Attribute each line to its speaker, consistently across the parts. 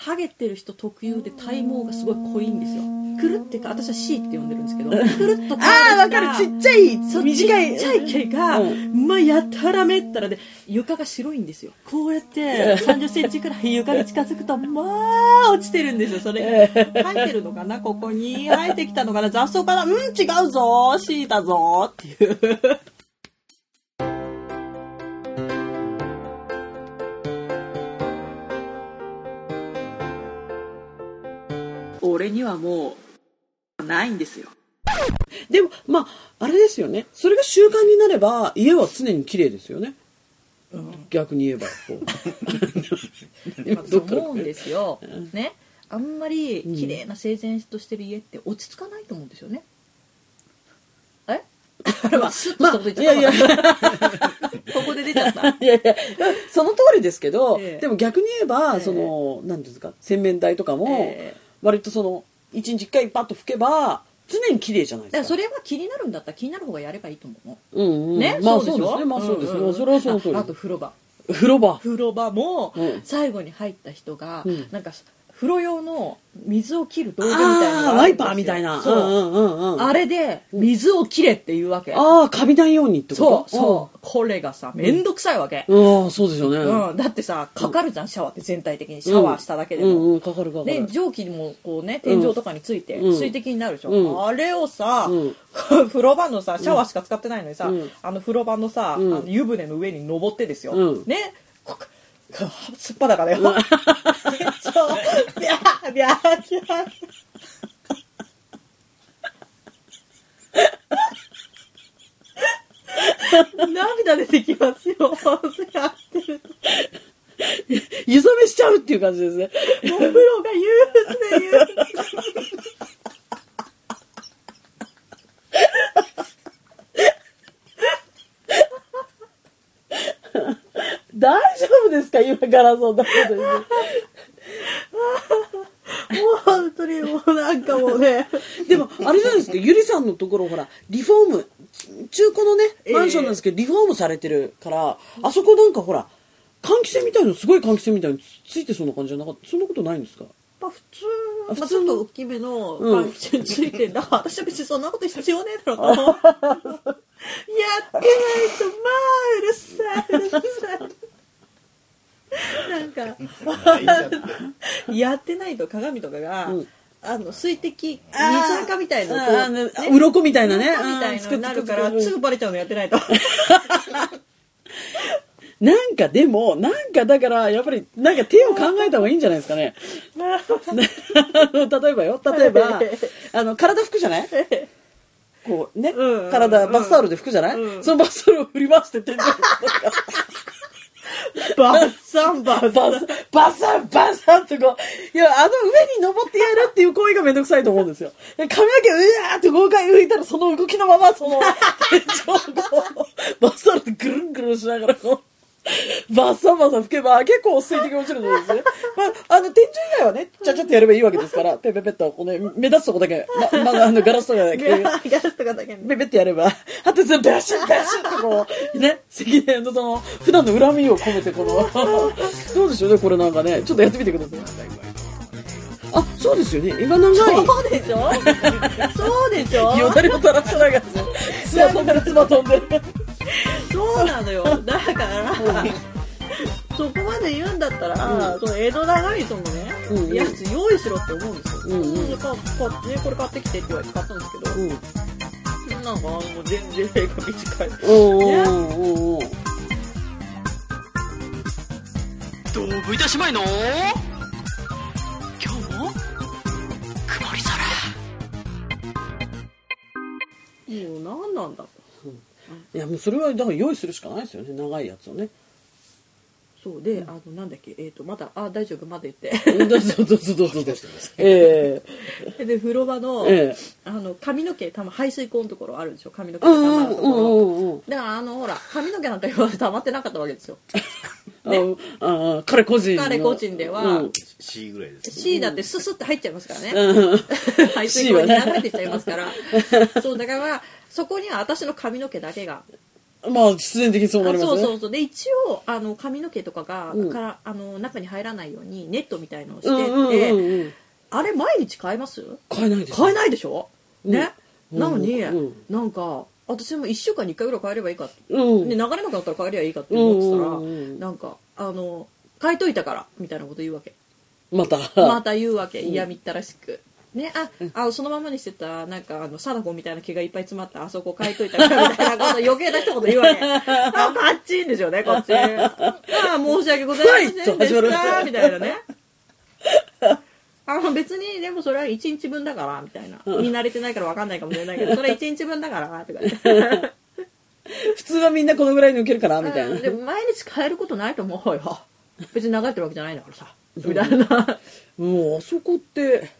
Speaker 1: ハゲてる人特有で体毛がすごい濃いんですよくるってか私は C って呼んでるんですけ どくるっと
Speaker 2: ああ、わかる。ちっちゃい、
Speaker 1: そう
Speaker 2: 短い。
Speaker 1: ちっちゃい毛が、
Speaker 2: う
Speaker 1: まあやたらめったらで床が白いんですよこうやって3 0ンチくらい床に近づくとまあ落ちてるんですよそれ生えてるのかなここに生えてきたのかな雑草かなうん違うぞ C だぞっていう
Speaker 2: 俺にはもう、ないんですよ。
Speaker 3: でも、まあ、あれですよね。それが習慣になれば、家は常に綺麗ですよね。逆に言えば、こう。
Speaker 1: まあそう思うんですよ、ね、あんまり綺麗な整然としてる家って落ち着かないと思うんですよね。えあれはスッと
Speaker 3: ま
Speaker 1: した
Speaker 3: あ
Speaker 1: こと言っ、
Speaker 3: い
Speaker 1: ちゃ
Speaker 3: や
Speaker 1: った、
Speaker 3: いや、
Speaker 1: ここで出ちゃった。
Speaker 3: いやいや、その通りですけど、
Speaker 1: ええ
Speaker 3: でも逆に言えば、
Speaker 1: ええ
Speaker 3: その、なんていうんですか、洗面台とかも、
Speaker 1: ええ
Speaker 3: 割とその、一日一回パッと拭けば、常に綺麗じゃない
Speaker 1: だから
Speaker 3: ですか。
Speaker 1: それは気になるんだったら気になる方がやればいいと思うの。
Speaker 3: うんうん。
Speaker 1: ね、
Speaker 3: まあ
Speaker 1: で
Speaker 3: そ
Speaker 1: し
Speaker 3: うで
Speaker 1: ょ
Speaker 3: すね。まあそうですね。
Speaker 1: んんん
Speaker 3: それはその通
Speaker 1: あ
Speaker 3: りで
Speaker 1: あと風呂場。
Speaker 3: す。風呂場。
Speaker 1: 風呂場も
Speaker 3: うん
Speaker 1: 最後に入った人が、
Speaker 3: うん
Speaker 1: なんか風呂用の水を切る道具みたいなの
Speaker 3: ああ、
Speaker 1: があ
Speaker 3: ワ
Speaker 1: る
Speaker 3: イ
Speaker 1: んですよ
Speaker 3: パーみたいな。
Speaker 1: そう、
Speaker 3: うんうんうんうん。
Speaker 1: あれで水を切れっていうわけ。
Speaker 3: ああ、カビないようにって
Speaker 1: そ
Speaker 3: こ
Speaker 1: う
Speaker 3: と
Speaker 1: そう、これがさめんどくさいわけ、
Speaker 3: う。うん、ああ、そうですよね。
Speaker 1: うんだってさかかるじゃんシャワーって全体的にシャワーしただけでも、
Speaker 3: うんうん、かかるかか
Speaker 1: で
Speaker 3: る。
Speaker 1: 蒸気もこうね天井とかについて
Speaker 3: うん
Speaker 1: 水滴になるでしょ、
Speaker 3: うん
Speaker 1: あれをさ、
Speaker 3: うん
Speaker 1: 風呂場のさシャワーしか使ってないのにさ、
Speaker 3: うん
Speaker 1: あの風呂場のさ、
Speaker 3: うん
Speaker 1: あの湯船の上に登ってですよ、
Speaker 3: うん
Speaker 1: ねここすっぱだからよ。天井ビャービャービャー涙出てきますよ。やってると
Speaker 3: 湯冷めしちゃうっていう感じですね。
Speaker 1: お風呂が憂鬱で憂鬱
Speaker 3: 大丈夫ですか今からそんなこと言って。
Speaker 1: もう本当にもうなんかもうね。
Speaker 3: でも、あれじゃないですか、ゆりさんのところ、ほら、リフォーム、中古のね、
Speaker 1: ええ
Speaker 3: マンションなんですけど、リフォームされてるから、あそこなんかほら、換気扇みたいの、すごい換気扇みたいにつついてそうな感じじゃなかった。そんなことないんですか
Speaker 1: まあ普通ま
Speaker 3: あ
Speaker 1: あ
Speaker 3: 普
Speaker 1: ちょ
Speaker 3: 通
Speaker 1: っ
Speaker 3: の
Speaker 1: と大きめの
Speaker 3: うん
Speaker 1: 換気扇ついてんだ、私は別にそんなこと必要ねえだろうと思うやってないとまあうるさいうるさいなんかやってないと鏡とかが、
Speaker 3: うん
Speaker 1: あの水滴水
Speaker 3: あー
Speaker 1: 垢みたいな
Speaker 3: あーね鱗みたいなね
Speaker 1: 鱗みたいなのになるから
Speaker 3: うんつく
Speaker 1: す
Speaker 3: つくつく
Speaker 1: ぐバレちゃうのやってないと
Speaker 3: なんかでも、なんかだから、やっぱり、なんか手を考えた方がいいんじゃないですかね。例えばよ、例 えば、あの、体拭くじゃないこうね、
Speaker 1: うんうん
Speaker 3: 体、バスタオルで拭くじゃない、
Speaker 1: うん
Speaker 3: そのバスタオルを振り回して天井に
Speaker 1: バッサンバッサン
Speaker 3: バサバサンバサンとこう、いや、あの上に登ってやるっていう行為がめんどくさいと思うんですよ。で髪の毛、うわーって5回浮いたら、その動きのまま、その、天井をこうバサンってぐるんぐるんしながら、こう、バサンバサン吹けば、結構水滴が落ちると思うんですね。まあ、あの、天井以外はね、ちゃちゃっとやればいいわけですから、ペペペッと、こうね、目立つとこだけ、ま、まだあの、ガラスとかだけ。
Speaker 1: ガスとかだけね
Speaker 3: ベベってやれば、あと全部バシッバシッとこう、ね、関根のその、普段の恨みを込めてこの、 そうでしょうね、これなんかね、ちょっとやってみてください。あ、そうですよね、絵が長い。
Speaker 1: そうでし ょそうでしょ
Speaker 3: よだれを垂らしながら、つま飛んでる、つま飛んでる。
Speaker 1: そうなのよだからそこまで言うんだったら、その江戸長いそのね、
Speaker 3: うんうん
Speaker 1: やつ用意しろって思うんですよ、
Speaker 3: うんうん
Speaker 1: でかかね、これ買ってきてって言われて買ったんですけど、
Speaker 3: うん。
Speaker 1: なんかもう全然絵が短い
Speaker 3: おーおーおーおー
Speaker 4: どうぶいたしまいの今日も曇り空
Speaker 1: もう何なんだと
Speaker 3: いや、もうそれは、だから用意するしかないですよね、長いやつをね。
Speaker 1: そうで、あのなんだっけえっ、とまだあ大丈夫まだ言っ
Speaker 3: ど
Speaker 1: て
Speaker 3: うぞどうぞど うぞどうぞ。え
Speaker 1: で風呂場の,、
Speaker 3: えええ
Speaker 1: あの髪の毛たま排水口のところあるでしょ髪の毛
Speaker 3: う
Speaker 1: が
Speaker 3: ん
Speaker 1: 溜まる
Speaker 3: う
Speaker 1: ところ、
Speaker 3: んうんうん。
Speaker 1: だからあのほら髪の毛なんか今まで溜まってなかったわけですよ
Speaker 3: あのあー、彼個人の。
Speaker 1: 彼個人では、
Speaker 3: うん。
Speaker 5: C ぐらいです
Speaker 1: C だってススって入っちゃいますからね、
Speaker 3: うん
Speaker 1: 排水口に流れてきちゃいますから、そうだからそこには私の髪の毛だけが
Speaker 3: まあ、必然的にそうなります
Speaker 1: そう
Speaker 3: ね。
Speaker 1: そうそうで一応あの髪の毛とかが、
Speaker 3: うん
Speaker 1: からあの中に入らないようにネットみたいのをして
Speaker 3: う
Speaker 1: て、
Speaker 3: んうんうんうん。
Speaker 1: あれ毎日買えます
Speaker 3: 買えないです。
Speaker 1: 買えないでしょ、
Speaker 3: うん
Speaker 1: ね、
Speaker 3: うん
Speaker 1: なのに、
Speaker 3: うん
Speaker 1: なんか私も1週間に1回ぐらい買えればいいかって、
Speaker 3: うん。
Speaker 1: で流れなくなったら買えりゃいいかって思ってたら、
Speaker 3: うんうんうん
Speaker 1: なんかあの買いといたからみたいなこと言うわけ
Speaker 3: また。
Speaker 1: また言うわけ嫌みったらしく。ね、ああのそのままにしてたなんかあの貞子みたいな毛がいっぱい詰まったあそこ買いといたからみたいな こと余計な一言言うわけあパッチンでしょうねこっちあ申し訳ございませんで
Speaker 3: はいと始まりま
Speaker 1: し
Speaker 3: した
Speaker 1: たみたいなねあ別にでもそれは1日分だからみたいな見慣れてないから分かんないかもしれ ないけどそれ1日分だからとか言って
Speaker 3: 普通はみんなこのぐらいに受けるから、みたい
Speaker 1: う
Speaker 3: な
Speaker 1: ん。でも毎日変えることないと思うよ別に流れてるわけじゃないんだからさみたいな
Speaker 3: もう、あそこって、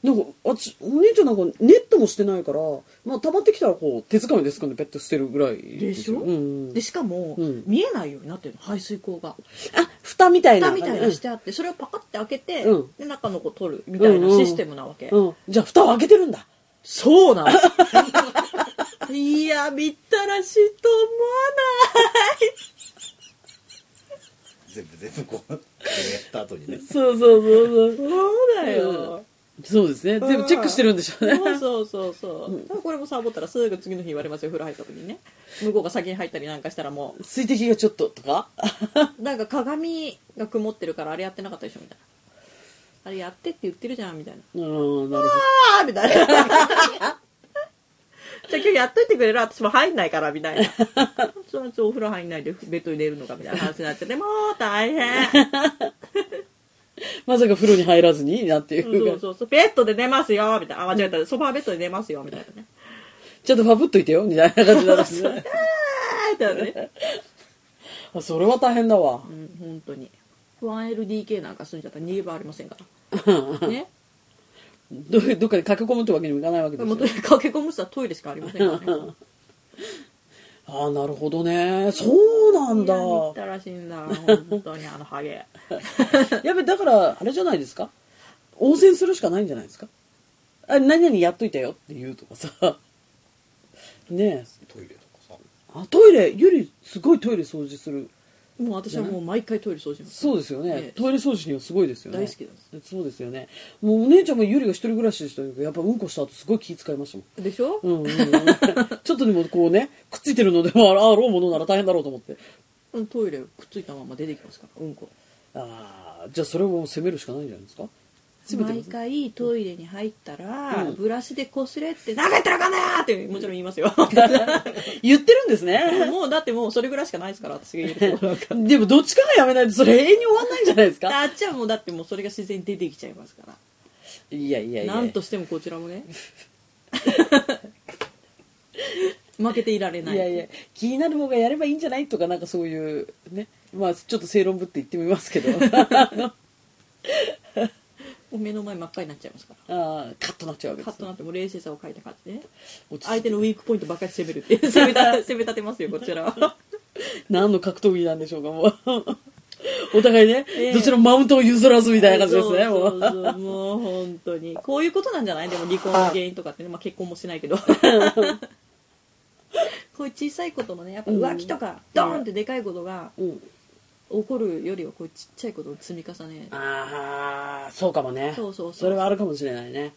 Speaker 3: なんか、あち、お姉ちゃんなんかネットもしてないから、まあ、溜まってきたらこう、手づかみですかね、ペット捨てるぐらい
Speaker 1: でしょ、
Speaker 3: すようんうん
Speaker 1: でしかも、
Speaker 3: うん
Speaker 1: 見えないようになってるの排水口が
Speaker 3: あ、蓋みたいな。
Speaker 1: 蓋みたいなしてあってそれをパカって開けて、
Speaker 3: うん
Speaker 1: で中の子取るみたいなシステムなわけ、
Speaker 3: うん。じゃあ、蓋を開けてるんだ。
Speaker 1: そうなのいやみったらしいと
Speaker 5: 全部全部こうこれやった後にね
Speaker 3: そうそうそうそう。
Speaker 1: 思わないそうだよ、
Speaker 3: そうですね。全部チェックしてるんでしょうね。
Speaker 1: そうそうそうそう、これもサボったらすぐ次の日言われますよ風呂入った時にね向こうが先に入ったりなんかしたらも
Speaker 3: 水滴がちょっととか
Speaker 1: うなんか鏡が曇ってるからあれやってなかったでしょみたいなあれやってって言ってるじゃんみたいな
Speaker 3: うん、なるほど。
Speaker 1: あーみたいな。じゃあ今日やっといてくれる私も入んないからみたいな。そのうちお風呂入んないでベッドに寝るのかみたいな話になっちゃって、もう大変。
Speaker 3: まさか風呂に入らずになっていう
Speaker 1: そ
Speaker 3: か
Speaker 1: うそうそう。ベッドで寝ますよみたいな。あ、間違えた。ソファーベッドで寝ますよみたいなね。
Speaker 3: ちょっとファブっといてよみたいな感じなんですね。
Speaker 1: あーみたいなね。
Speaker 3: あそれは大変だわ
Speaker 1: う。ん、本当に。1LDK なんか住んじゃったら逃げ場ありませんから。ね。
Speaker 3: どどっかに駆け込むってわけにもいかないわけで
Speaker 1: もう
Speaker 3: す
Speaker 1: と
Speaker 3: よ。
Speaker 1: にかく駆け込む人はトイレしかありませんからね。
Speaker 3: ああ、なるほどね。そうなんだ。
Speaker 1: 行ったらしいんだ。本当にあのハゲ。
Speaker 3: やべ、だから、あれじゃないですか応戦するしかないんじゃないですかあ、何々やっといたよって言うとかさ。ねえ。
Speaker 5: トイレとかさ
Speaker 3: あ、トイレ、ゆり、すごいトイレ掃除する。
Speaker 1: もう私はもう毎回トイレ掃除します。
Speaker 3: そうですよね。
Speaker 1: ええ
Speaker 3: トイレ掃除にはすごいですよね。
Speaker 1: 大好きです。
Speaker 3: そうですよね。もうお姉ちゃんもゆりが一人暮らしでしたけど、やっぱうんこした後すごい気遣いましたもん。
Speaker 1: でしょ
Speaker 3: うんうんうん、ちょっとでもこうねくっついてるのでもあろうものなら大変だろうと思って
Speaker 1: うんトイレくっついたまま出てきますからうんこ
Speaker 3: ああじゃあそれを攻めるしかないんじゃないですか攻めて
Speaker 1: 毎
Speaker 3: ます
Speaker 1: 回トイレに入ったら、
Speaker 3: うん
Speaker 1: ブラシでこすれって「何やったらあかんねー!」ってもちろん言いますよ
Speaker 3: 言ってるんですね
Speaker 1: もうだってもうそれぐらいしかないですから私が言える ことなんか
Speaker 3: でもどっちかがやめないとそれ永遠に終わんないんじゃないですか
Speaker 1: あっちはもうだってもうそれが自然に出てきちゃいますから
Speaker 3: いやいやいや
Speaker 1: なんとしてもこちらも ね負けていられない
Speaker 3: いやいや気になる方がやればいいんじゃないとかなんかそういうねまあちょっと正論ぶって言ってみます けどあ
Speaker 1: もう目の前真っ赤になっちゃいますから
Speaker 3: あカッとなっちゃうわけ
Speaker 1: カッとなってもう冷静さを欠いた感じでね
Speaker 3: 落ち着いて
Speaker 1: 相手のウィークポイントばっかり攻めるっていう攻めた攻め立てますよこちらは
Speaker 3: 何の格闘技なんでしょうか もうお互いね、
Speaker 1: ええ
Speaker 3: どちらもマウントを譲らずみたいな感じですね
Speaker 1: そうそう
Speaker 3: もう
Speaker 1: そうもう本当にこういうことなんじゃないでも離婚の原因とかってね、まあ、結婚もしてない けどこういう小さいことのねやっぱ浮気とか、ドーンってでかいことが
Speaker 3: うん
Speaker 1: 起こるよりはこういうちっちゃいことの積み重ね
Speaker 3: ああそうかもね
Speaker 1: そうそうそう
Speaker 3: れはあるかもしれないね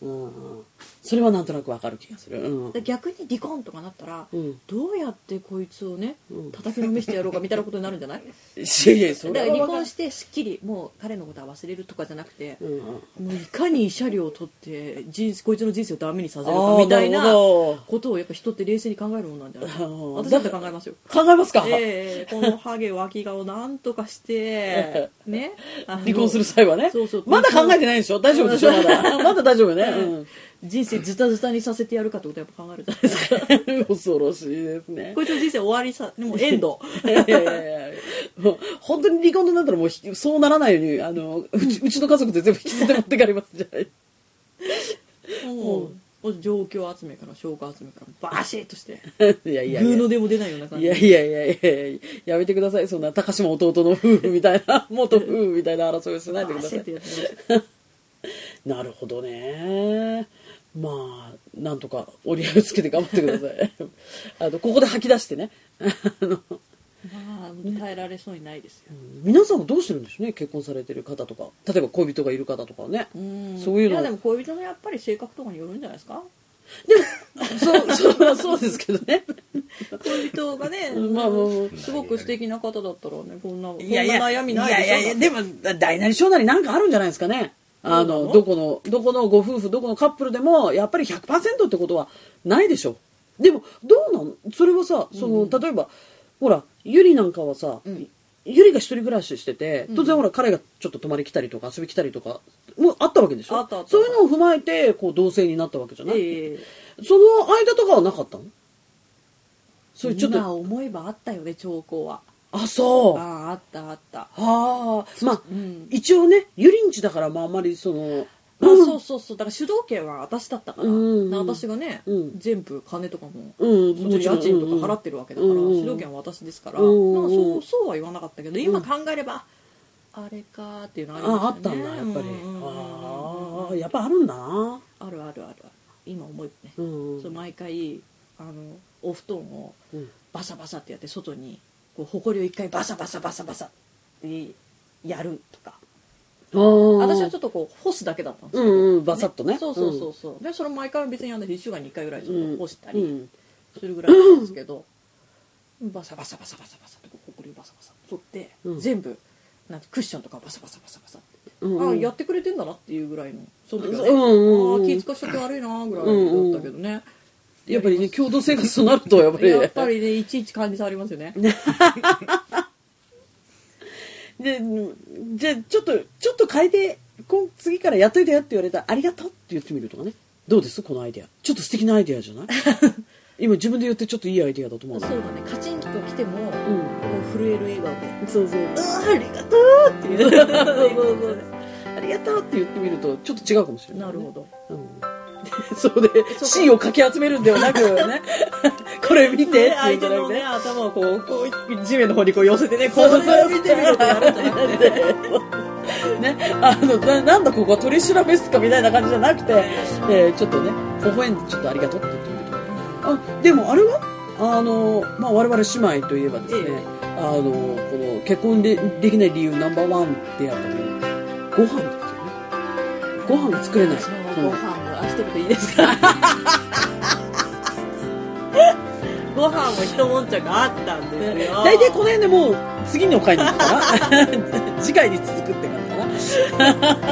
Speaker 3: うん、うん、それはなんとなくわかる気がするうん
Speaker 1: で逆に離婚とかなったら、
Speaker 3: うん
Speaker 1: どうやってこいつをね
Speaker 3: うん
Speaker 1: 叩きのめしてやろうかみたいなことになるんじゃない
Speaker 3: いやいや そ
Speaker 1: だ
Speaker 3: れ
Speaker 1: か
Speaker 3: は
Speaker 1: ら離
Speaker 3: わかる
Speaker 1: 婚してすっきりもう彼のことは忘れるとかじゃなくて、
Speaker 3: うんうん
Speaker 1: もういかに慰謝料を取って人生こいつの人生をダメにさせる
Speaker 3: あ
Speaker 1: か
Speaker 3: ー
Speaker 1: みたいな
Speaker 3: なるほど
Speaker 1: ことをやっぱ人って冷静に考えるもんなん じゃない
Speaker 3: あー
Speaker 1: 私だって考えますよ。
Speaker 3: 考えますか、
Speaker 1: ええこのハゲ脇顔なんとか して、ね、あの
Speaker 3: 離婚する際はね
Speaker 1: そうそう
Speaker 3: まだ考えてないでしょ大丈夫でしょま だまだ大丈夫よね、うん
Speaker 1: 人生ズタズタにさせてやるかってことやっぱ考えるじゃない ですか
Speaker 3: 恐ろしいですね
Speaker 1: こいつの人生終わりさでもうエンド
Speaker 3: いやいやいや もう本当に離婚となったらもうひそうならないようにあのうちうちの家族で全部引き捨て持ってかれますじゃない
Speaker 1: もう状況集めから証拠集めからバシッとして
Speaker 3: いやいやい
Speaker 1: グー
Speaker 3: や
Speaker 1: の出も出ないような感
Speaker 3: い
Speaker 1: じ
Speaker 3: やいやいやいやいややめてくださいそんな高島弟の夫婦みたいな元夫婦みたいな争いをしないでく
Speaker 1: バ
Speaker 3: だ
Speaker 1: シッ
Speaker 3: さい
Speaker 1: とやってみました
Speaker 3: なるほどねまあ、なんとか折り合いをつけて頑張ってください。あの、ここで吐き出してね。 あの、
Speaker 1: まあ、耐えられそうにないですよ。
Speaker 3: 皆さんはどうしてるんでしょうね、結婚されてる方とか。例えば恋人がいる方とかはね。そういうの
Speaker 1: やでも恋人のやっぱり性格とかによるんじゃないですか
Speaker 3: そう、それはそうですけどね。
Speaker 1: 恋人がね
Speaker 3: まあまあまあ
Speaker 1: すごく素敵な方だったらねこんなこんな
Speaker 3: やや
Speaker 1: 悩みないでしょ
Speaker 3: やいやいやでも大なり小なりなんかあるんじゃないですかねあ
Speaker 1: そうな
Speaker 3: の
Speaker 1: の
Speaker 3: どこのどこのご夫婦どこのカップルでもやっぱり100%ってことはないでしょでもどうなのそれはさその、例えばほらゆりなんかはさ、ゆりが一人暮らししてて当然ほら彼がちょっと泊まり来たりとか遊び来たりとかもあったわけでしょ
Speaker 1: あったあった
Speaker 3: そういうのを踏まえてこう同棲になったわけじゃない、
Speaker 1: ええ
Speaker 3: その間とかはなかったのそれちょっ
Speaker 1: 今
Speaker 3: と
Speaker 1: 思えばあったよね兆候は
Speaker 3: あそう
Speaker 1: あああったあった
Speaker 3: はあまあ、
Speaker 1: うん
Speaker 3: 一応ねゆりんちだからまああんまりその
Speaker 1: あそうそうそうだから主導権は私だったから、
Speaker 3: うん
Speaker 1: な私がね、
Speaker 3: うん
Speaker 1: 全部金とかも、
Speaker 3: うん
Speaker 1: そっち家賃とか払ってるわけだから、
Speaker 3: うん
Speaker 1: 主導権は私ですから、
Speaker 3: うん
Speaker 1: なんかそうそうは言わなかったけど今考えれば、あれかーっていうのは
Speaker 3: ああ
Speaker 1: あ
Speaker 3: っ
Speaker 1: り
Speaker 3: た
Speaker 1: まし
Speaker 3: んだ
Speaker 1: たよ
Speaker 3: やっ
Speaker 1: ね
Speaker 3: ぱり
Speaker 1: うん
Speaker 3: ああやっぱあるんだな
Speaker 1: あるあるあるある今思えばね、
Speaker 3: うん
Speaker 1: そう毎回あのお布団を
Speaker 3: うん
Speaker 1: バサバサってやって外にこうほこりを一回バサバサバサバサってやるとか私
Speaker 3: 私
Speaker 1: はちょっとこう干すだけだったんです
Speaker 3: う
Speaker 1: けど、
Speaker 3: んうんバサッとね
Speaker 1: そうそうそうそうでそれ毎回別にあの1週間に1回ぐらいちょっと干した
Speaker 3: うんう
Speaker 1: り
Speaker 3: ん
Speaker 1: するぐらいなんですけど、バサバサバサバサバサってこうほこりをバサバサ取って、
Speaker 3: うん
Speaker 1: 全部なんかクッションとかをバサバサバサバサって、
Speaker 3: うん
Speaker 1: あやってくれてんだなっていうぐらいのその時はね、
Speaker 3: うんうんうん
Speaker 1: あー気ぃ使っちゃって悪いなーぐらいだったけどね、
Speaker 3: やっぱりね共同生活となるとやっぱり
Speaker 1: やっぱりねいちいち感じ触りますよね
Speaker 3: でじゃあちょっとちょっと変えて今次からやっといてよって言われたらありがとうって言ってみるとかねどうですこのアイデアちょっと素敵なアイデア じゃない今自分で言ってちょっといいアイデアだと思う
Speaker 1: そう
Speaker 3: な
Speaker 1: だねカチンと来ても、もうん
Speaker 3: う
Speaker 1: 震える笑顔で
Speaker 3: そうそう
Speaker 1: ありがとうっていう
Speaker 3: ありがとうって言ってみるとちょっと違うかもしれな い、
Speaker 1: なるほど
Speaker 3: ど、うん、 そこで C をかき集めるんではなく ねこれ見てって
Speaker 1: で
Speaker 3: い
Speaker 1: 相
Speaker 3: うんじ
Speaker 1: 手
Speaker 3: ゃな
Speaker 1: の
Speaker 3: く
Speaker 1: ね
Speaker 3: ね
Speaker 1: 頭をこうこう地面の方にこう寄せてねこ
Speaker 3: そう
Speaker 1: う
Speaker 3: そう
Speaker 1: 見てみるとやるんじゃない
Speaker 3: ねあのななんだここは取り調べ室かみたいな感じじゃなくて、えーちょっとね微笑んでちょっとありがとうって言ってみるとあでもあれはあの、まあ、我々姉妹といえばですね、
Speaker 1: ええ
Speaker 3: あのこの結婚でできない理由ナンバーワンってやったのご飯ですよねご飯が作れない
Speaker 1: そ
Speaker 3: こ
Speaker 1: うご
Speaker 3: の
Speaker 1: 飯もあ一言いいです かご飯も一悶着あったんですよ
Speaker 3: 大体この辺でもう次の回に行くかな 次回に続くって感じかな
Speaker 1: ご飯も一悶着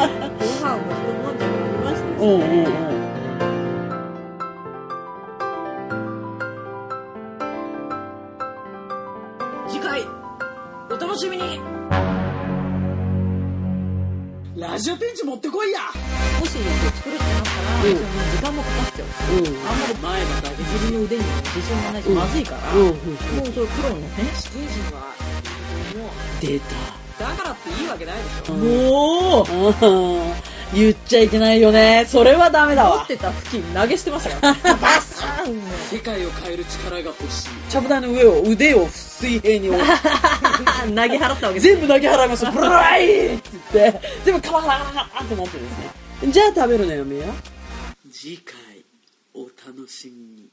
Speaker 1: ありましたよ
Speaker 3: うんうんうん
Speaker 2: 次回お楽しみに
Speaker 3: ラジオピンチ持ってこいや
Speaker 1: もし作るってなったら、
Speaker 3: うん
Speaker 1: 時間もかかっちゃうあ
Speaker 3: うん
Speaker 1: んまり前のだ自分の腕に自信がないと
Speaker 3: うん
Speaker 1: まずいから、
Speaker 3: うんう
Speaker 1: も
Speaker 3: ん
Speaker 1: うそれプロのね
Speaker 2: 地底人はもう
Speaker 3: 出た
Speaker 2: だからっていいわけないでしょ
Speaker 1: もう
Speaker 3: あー言っちゃいけないよねそれはダメだ
Speaker 1: 持
Speaker 3: わ
Speaker 1: ってた付近投げしてましたからバサーン
Speaker 2: 世界を変える力が欲しい
Speaker 3: ちゃぶ台の上を腕を水平に置いて
Speaker 1: 投げ払ったわけです
Speaker 3: 全部投げ払いますブライって言って全部カワカワカワカワってなってですねじゃあ食べるのやめよう
Speaker 2: 次回お楽しみに